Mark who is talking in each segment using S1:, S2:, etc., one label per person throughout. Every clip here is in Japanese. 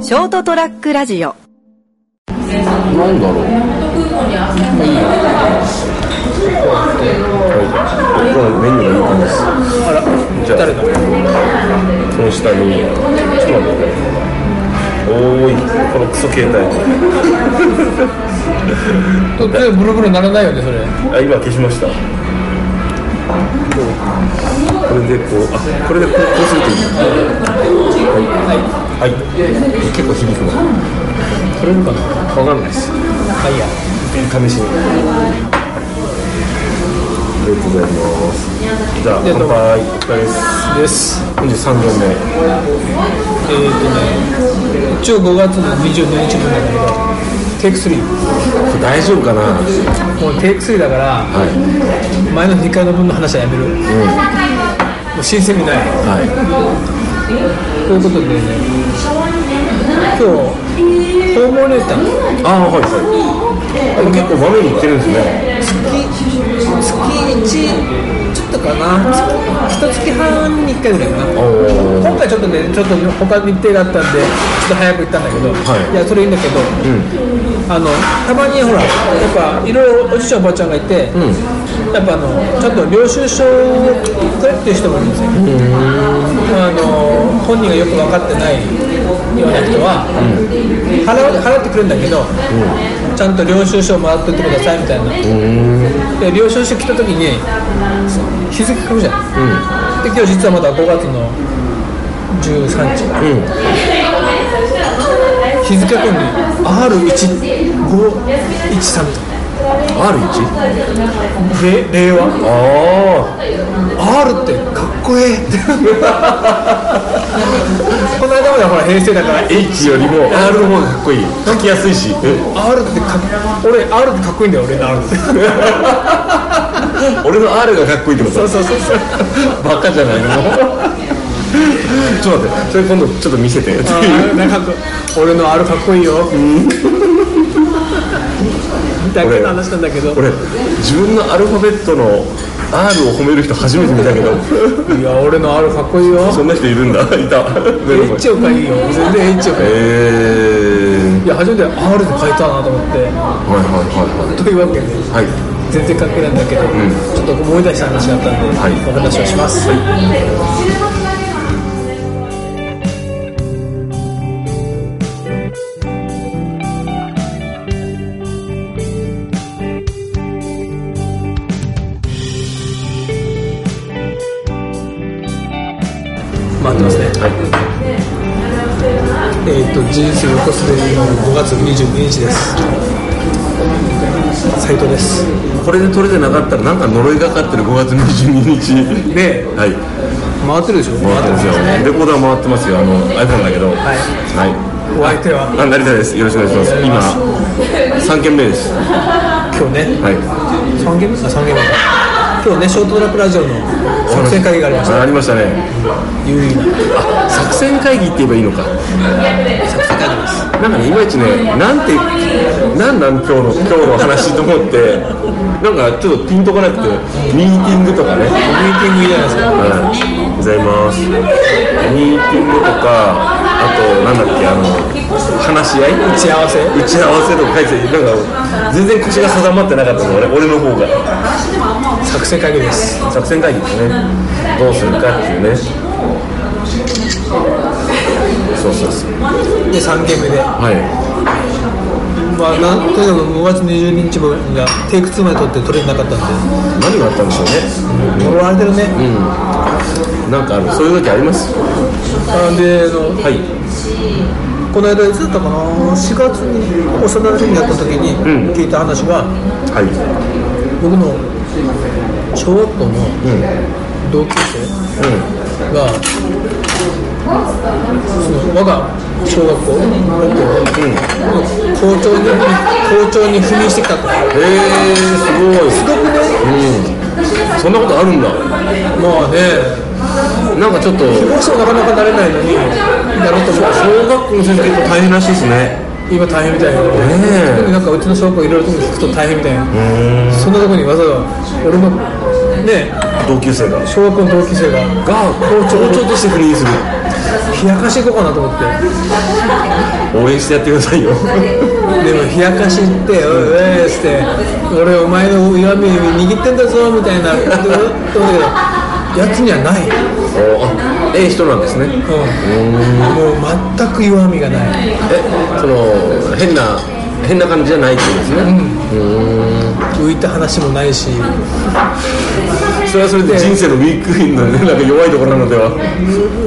S1: ショートトラックラジオ
S2: なんだろう。まあいいよ。はい。このメニューがいいんです。あら、じゃあ誰だ。その下に。ちょっと待ってね。おーい、このクソ携帯。
S3: とでブルブルならないよねそれ
S2: あ、今消しました。これでこう、あ、これでこう、こうするといい。はい。はい。結構響くわ。
S3: 取れるかなは
S2: わかんないです。
S3: いや
S2: 試しに。ありがとうございます。じゃあ、乾杯。お疲れ様です。
S3: です
S2: 本日3度目
S3: えっ、とね一応5月の22日分なんだけどテイク3
S2: 大丈夫かなは
S3: もうテイク3だから、
S2: い
S3: 前の2回の分の話はやめる、もう新鮮味ない
S2: は
S3: ということでね今日訪問レター
S2: いああはいはいでも結構豆にいってるんですね
S3: 月1ちょっとかな月1月半に1回ぐらいかな
S2: おお
S3: 今回ちょっとねちょっと他に日程があったんでちょっと早く行ったんだけど、
S2: はい
S3: いやそれいいんだけど、あのたまにほらやっぱいろいろおじいちゃんおばあちゃんがいて、やっぱあのちょっと領収書をくれっていう人もいるんですよ、あの本人がよく分かってないような人は、払う払ってくれるんだけど、ちゃんと領収書をもらっといてくださいみたいな、で領収書来た時に日付書くじゃん、で今日実はまだ5月の13日、日付後に R1513 と
S2: R1?
S3: れ令和
S2: あ
S3: R ってかっこええって この間までほら平成だから
S2: あ H よりも R の方がかっこいい書きやすいしえ
S3: R ってかっ俺 R ってかっこいいんだよ俺の R って
S2: 俺の R がかっこいいってこと
S3: そうそうそうそう
S2: バカじゃないのちょっと待ってそれ今度ちょっと見せてって
S3: あ
S2: いう
S3: ーなんか俺の R かっこいいよ、 だけの話なんだけど
S2: 俺自分のアルファベットの R を褒める人初めて見たけど
S3: いや俺の R かっこいいよ
S2: そんな人いるんだ いた
S3: H を書いいよ全然 H を書い い
S2: えー
S3: いや初めて R で書いたなと思っ
S2: はいはいはい
S3: てというわけで
S2: はいはい
S3: 全然関係ないんだけど、ちょっと思い出した話があったんで、
S2: はい
S3: お話をします、回ってますね、えっ、と人生横滑りの5月22日です斉藤です
S2: これで取れてなかったらなんか呪いがかかってる5月22日
S3: で
S2: はい
S3: 回ってるでしょ
S2: 回ってますよレコーダー回ってますよあの iPhone だけどはいは
S3: お相手はい
S2: あ成田ですよろしくお願いします今3軒目ですは
S3: 今日ね
S2: い
S3: 3軒目か3軒目か今日ねショートトラックラジオの作戦会議がありました
S2: ありましたね
S3: 有意義な
S2: 作戦会議って言えばいいのか
S3: 作戦会議です
S2: なんかねいまいちねなんてなんなん今日の今日の話と思ってなんかちょっとピンとこなくてミーティングとかね
S3: ミーティングいいじゃないですか
S2: はい、ございます。ミーティングとか、あと、なんだっけ、あの、話し合い打
S3: 打ち合わせ
S2: ち合わせとか書いてて、なんか、全然腰が定まってなかったの、俺俺の方が。
S3: 作戦会議です
S2: 作戦会議ですね。どうするかっていうね。そうそうそう。
S3: で3軒目でま
S2: はい。
S3: あなんとにかく5月22日分がテイク2まで取って取れてなかったん
S2: 何があったんでしょう
S3: で取られてるね、
S2: ね。なんかある、そういう時あります。
S3: あであの
S2: はい。
S3: この間いつだったかな4月に幼馴染だった時に
S2: うん
S3: 聞いた話が、
S2: はい。
S3: 僕の小学校の
S2: うん。
S3: 同級生が、その我が小学校
S2: うん。うん。
S3: 校長に校長に赴任してきたと
S2: えー、すごい。すごくね。うん。そんなことあるんだ。
S3: まあね
S2: なんかちょっと
S3: どうしてもなかなかなれないのにやろうと思って
S2: 小学校の先生結構大変らしいですね
S3: 今大変みたいなので
S2: ねえ
S3: 特になんかうちの小学校いろいろと聞くと大変みたいなそんなとこにわざわざ俺のね
S2: 同級生が
S3: 小学校の同級生が
S2: が校長として赴任する
S3: 冷やかしていこうかなと思って
S2: 応援してやってくださいよ
S3: でも冷やかしって「おいおい」っつって「俺お前の弱み握ってんだぞ」みたいなこと思ったけどやつにはない、う
S2: おあええ人なんですね
S3: ん、もう全く弱みがない
S2: えその変な変な感じじゃないってことですね、
S3: 浮いた話もないし
S2: それはそれで人生のウィークインのねなんか弱いところなのでは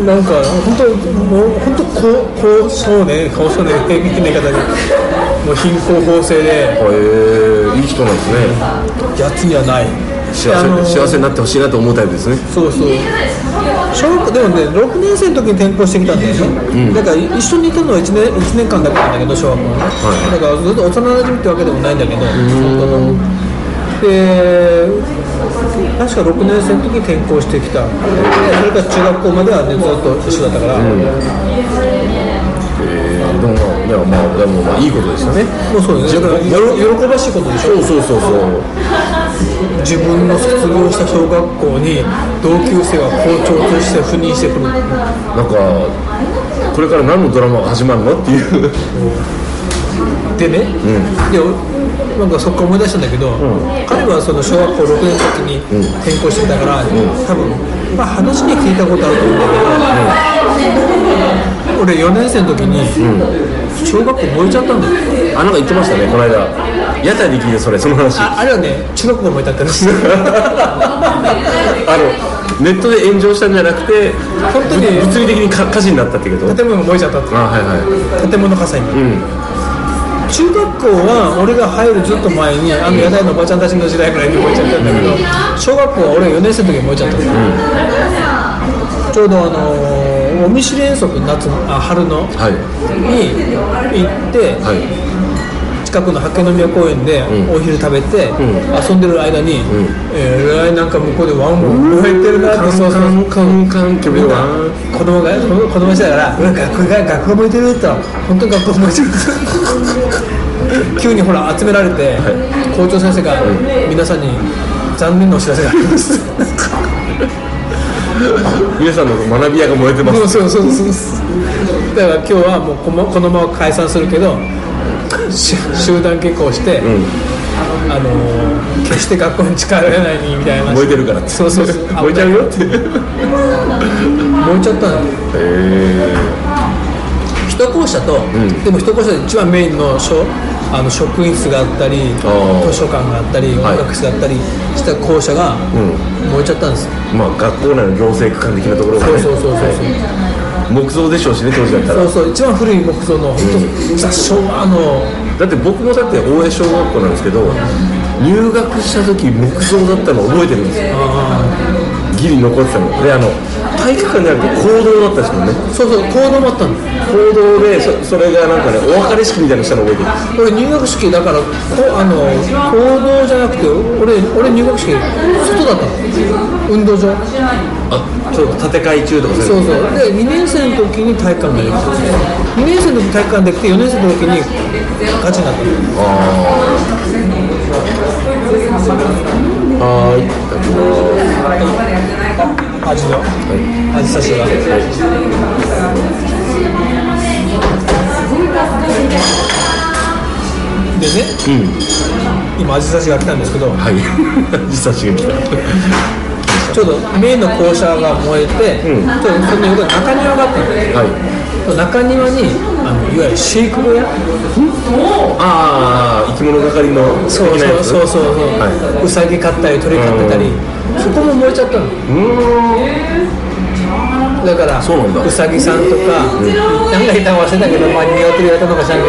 S3: なんか本当もう本当こうこうそうねこうそうねみたいな言い方でもう貧困法制で
S2: へえいい人なんですね
S3: やつにはない
S2: 幸せ,、
S3: あの
S2: 幸せになってほしいなと思うタイプですね
S3: そうそう小学でもね6年生の時に転校してきたんだよね、だから一緒にいたのは 1, 年1年間だけなんだけど小学校のね、だからずっと幼なじみってわけでもないんだけどで確か6年生の時に転校してきたでそれから中学校まではねずっと一緒だったから、
S2: ええでもまあでもまあでもまあいいことですよね
S3: もうそうですねだからよろ喜ばしいことでしょ
S2: そうそうそうそう
S3: 自分の卒業した小学校に同級生が校長として赴任してくる
S2: なんかこれから何のドラマが始まるのっていう
S3: でね、いやなんかそこから思い出したんだけど、彼はその小学校6年の時に転校してたから、多分、まあ、話に聞いたことあると思うんだけど、俺4年生の時に小学校燃えちゃったんだよ、
S2: あなんか言ってましたねこの間屋台で聞いてそれその話
S3: ああれはね中学校燃えたって 話
S2: あのネットで炎上したんじゃなくて
S3: 本当に
S2: ぶ物理的にか火事になったってこと
S3: 建物燃えちゃったって
S2: あはいは
S3: 建物火災に、中学校は俺が入るずっと前にあの屋台のおばちゃんたちの時代ぐらいに燃えちゃったんだけど小学校は俺が4年生の時に燃えちゃったの、ちょうどあのー、お見知り遠足夏のあ春の、
S2: いはい
S3: に行って、
S2: はい
S3: 近くの八景宮公園でお昼食べて、遊んでる間に、えーえらいなんか向こうでワンワン燃えてるなってそうそう
S2: ンカンカン
S3: みんな子供が子供したから「うわ学校が学校燃えてる」と「本当に学校燃えてる」 急にほら集められて、校長先生が皆さんに残念なお知らせがあります
S2: 皆さんの学び屋が燃えてま
S3: そう
S2: す
S3: そうそうそうだから今日はもうこのこのまま解散するけどし集団下校して、あのー決して学校に近寄られないにみたいな
S2: 燃えてるからって
S3: そうそうそう
S2: 燃えちゃうよって
S3: 燃えちゃったんだよ
S2: え
S3: 一校舎と、でも一校舎で一番メインのしょあの職員室があったり図
S2: あー
S3: 書館があったり音
S2: はい
S3: 楽室があったりした校舎が燃えちゃったんですよ、
S2: まあ学校内の行政区間的なところが、ね、
S3: そうそうそうそうそう、
S2: 木造でしょうしね当時だったら
S3: そうそう一番古い木造の本当ザ昭和の
S2: だって僕もだって大江小学校なんですけど入学した時木造だったの覚えてるんですよギリ残ってたのであの体育館じゃなくて行動だったんですけどね
S3: そうそう行動もあったんだよ
S2: 行動でそそれがなんかねお別れ式みたいなのしたの覚えてる
S3: 俺入学式だからこあの行動じゃなくて俺俺入学式外だったの運動場
S2: あちょっと建て替え中とかそう
S3: そ
S2: いうう
S3: そうで2年生の時に体育館ができた2年生の時体育館できて4年生の時に勝ちになったの
S2: のはーい
S3: 味の、味差しが、でね、今味差しが来たんですけど
S2: はい 実は違う
S3: ちょうどメインの校舎が燃えて、
S2: うん
S3: ちょっとその横に中庭があったので
S2: はい
S3: 中庭にあのいわゆる飼育小屋
S2: ああ生き物係の
S3: そう
S2: 的なやつ
S3: そうそうそうそう、
S2: は
S3: うさぎ飼ったり鳥飼ってたり、そこも燃えちゃったの
S2: うーん
S3: だから
S2: そうなんだ
S3: さぎさんとか、なんかいたの忘れたけどまあニワトリがいたのか知らんけ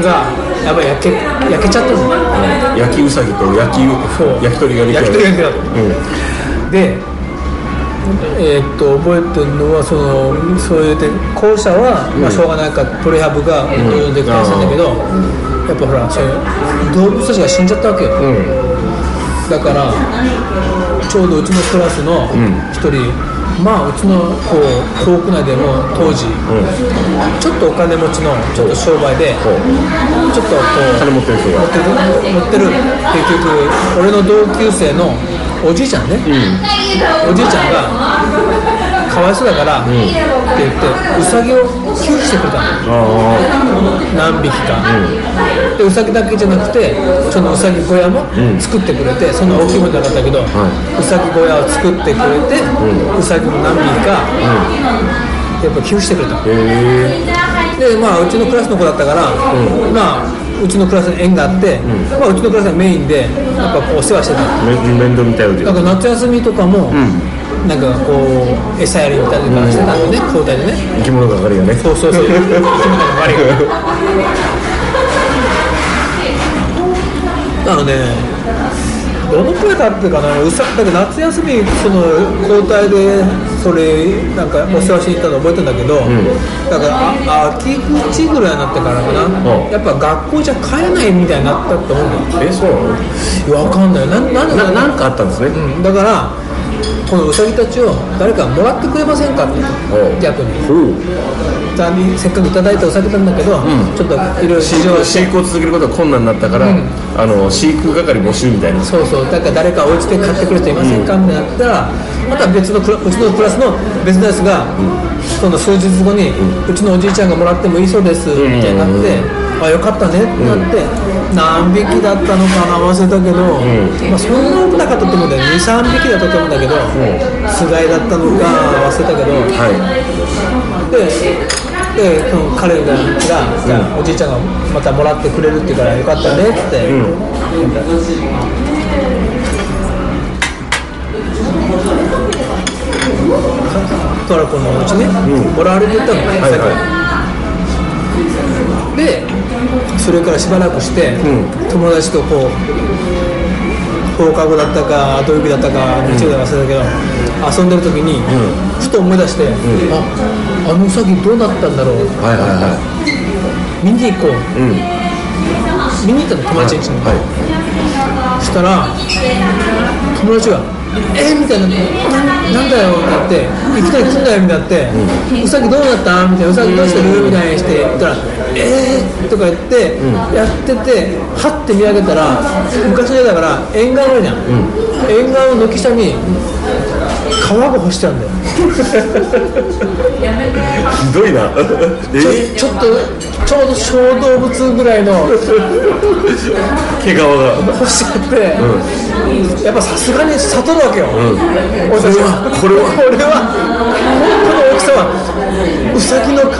S3: ど、がやっぱ焼け焼けちゃったの、
S2: 焼きうさぎと焼きう
S3: そう
S2: 焼き鳥ができ
S3: 焼き鳥ができたの
S2: うん
S3: でえーっと覚えてるのはそのそういうて校舎は、まあ、しょうがないからプレハブが運動場できたりしたんだけど、やっぱほらそういう動物たちが死んじゃったわけよ、だからちょうどうちのクラスの一人、まあうちのこう校区内でも当時、ちょっとお金持ちのちょっと商売で、ちょっとこう
S2: 金持ってる人が
S3: 持ってる持ってる結局俺の同級生のおじいちゃんね、おじいちゃんがかわいそうだから、って言ってウサギを寄付してくれたの
S2: あ
S3: 何匹か、でウサギだけじゃなくてそのウサギ小屋も作ってくれて、そんな大きいものじゃなかったけど、ウサギ小屋を作ってくれて、ウサギも何匹か、やっぱ寄付してくれたの
S2: あへえ
S3: でまあうちのクラスの子だったから、まあうちのクラスに縁があって、うまあ、うちのクラスがメインでやっぱこうお世話してた
S2: め面倒見たようで
S3: なんか夏休みとかも、なんかこう餌やりみたいなのしてたんでね交代でね
S2: 生き物がかかるよね
S3: そうそうそう君たち悪いよあのねどのくらい経ってかなうさだけど夏休みその交代でそれなんかお世話しに行ったの覚えてんだけど、だからあ秋口ぐらいになってからかな、
S2: うん
S3: やっぱ学校じゃ帰れないみたいになったと思うんだよ
S2: えそう
S3: いやわかんないなんなん
S2: なのななんかあったんですね、
S3: だからこのうさぎたちを誰かもらってくれませんかって
S2: おう
S3: 逆に
S2: うん
S3: せっかくいただいたお酒なんだけど、ちょっといろいろ
S2: 飼
S3: 事
S2: 育
S3: 情は
S2: を飼育を続けることが困難になったから、あの飼育係募集みたいな
S3: そうそうだから誰かお家で買ってくる人いませんかみたいになったらまた別のクラうちのクラスの別のやつが、その数日後に、うちのおじいちゃんがもらってもいいそうですみたいになって、あよかったねってなって、何匹だったのかな忘れたけど、まあ、そんな多くなかったと思うんだよ23匹だったと思うんだけど、つがいだったのか忘れたけど、
S2: はい
S3: ででその彼がじゃあおじいちゃんがまたもらってくれるって言うからよかったねって、トラコのうちね、もらわれてたのね、
S2: はい
S3: さっきでそれからしばらくして、友達とこう放課後だったか土曜日だったか日曜日だか忘れたけど、遊んでる時に、ふと思い出して、ああのウサギどうなったんだろう
S2: はいはいは
S3: 見に行こう、
S2: いうん
S3: 見に行ったの友達ん家に、
S2: は
S3: したら友達が「えみたいになって「なんだよ」ってなって「いきなり来んなよ」みたいになって「うさぎどうなった?」みたいな「うさぎどうしてる?」みたいにして言ったら「えー!」とか言ってやっててはって見上げたら昔の家だから縁側があるじゃん縁側の軒下に川が干してあるんだよ
S2: いひどいなえ
S3: ちょっとちょうど小動物ぐらいの
S2: 毛皮が
S3: 干しちゃって、やっぱさすがに悟るわけよ、俺たちは
S2: これは
S3: これはこの大きさはウサギの皮っ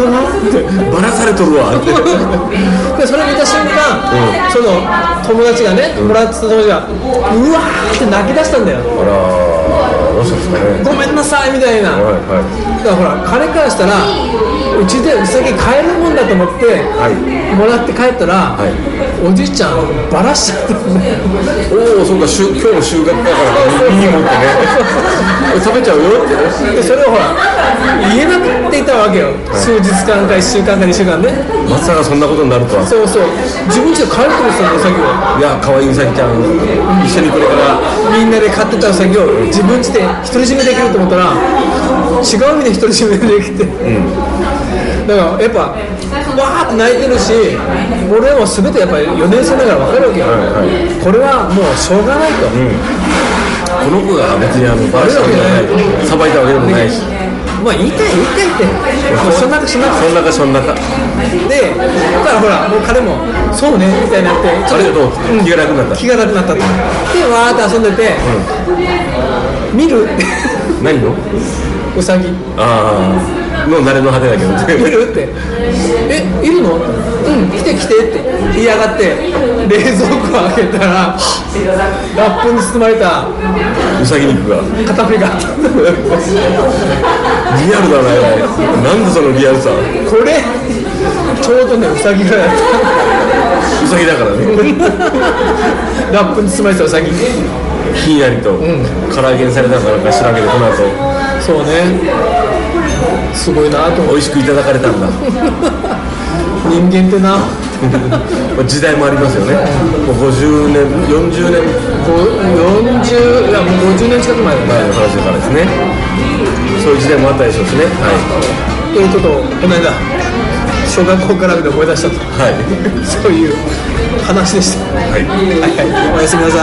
S3: て
S2: バラされとるわって
S3: でそれ見た瞬間、その友達がね、もらってた友達がうわーって泣き出したんだよ
S2: あらどうしたんですかね
S3: ごめんなさいみたいな、
S2: はいは
S3: だからほら彼からしたらうちでウサギ買えるもんだと思って、
S2: い
S3: もらって帰ったら、
S2: はい
S3: おじいちゃんバラしちゃったんだよ
S2: いおおそうかしゅ今日の収穫だから耳に持ってね食べちゃうよって
S3: でそれをほら言えなくていたわけよ数日間か1週間か2週間ね
S2: まさかそんなことになるとは
S3: そうそう自分ちで飼えるってことしたんだよウサギ
S2: い
S3: を
S2: や可愛いウサギちゃん一緒にこれから
S3: みんなで飼ってたウサギを自分ちで独り占めできると思ったら違う意味で独り占めできて、だからやっぱわーって泣いてるし俺はもう全てやっぱり4年生だから分かるわけよ、これはもうしょうがないと、
S2: この子が別にあのバラしたわけじゃないさばいたわけでもないし
S3: まあ言いたい言いたいってもうそんなことしなくて
S2: そんなかそんなか
S3: で、だからほら、もう彼も、そうねみたいになって、ち
S2: あ
S3: ょ
S2: りが
S3: っ
S2: とう気が楽になった
S3: と気がなくなったと。で、わーって遊んでて、見る
S2: 何の
S3: うさぎ、
S2: ああの慣れの果てだけど
S3: 見るって、え、いるのうん、来て来てって言いやがって、冷蔵庫開けたら、ラップに包まれた
S2: うさぎ肉が
S3: 片目があった。
S2: リアルだねなんでそのリアルさう
S3: これ、ちょうどね、うさぎがやっ
S2: さぎだからね
S3: た。ラップに包まれたうさぎ。
S2: ひんやりと唐揚げにされたのからか知らんけどこの後
S3: そうね。すごいなと思って
S2: 美味しくいただかれたんだ
S3: 人間ってな
S2: 時代もありますよねもう50年40年
S3: こう40いやもう50年近く前だね
S2: 前の話だからですねそういう時代もあったでしょうしねはい
S3: ということをこの間小学校からで思い出したと
S2: はい
S3: そういう話でしたはい
S2: はい
S3: はいおやすみなさい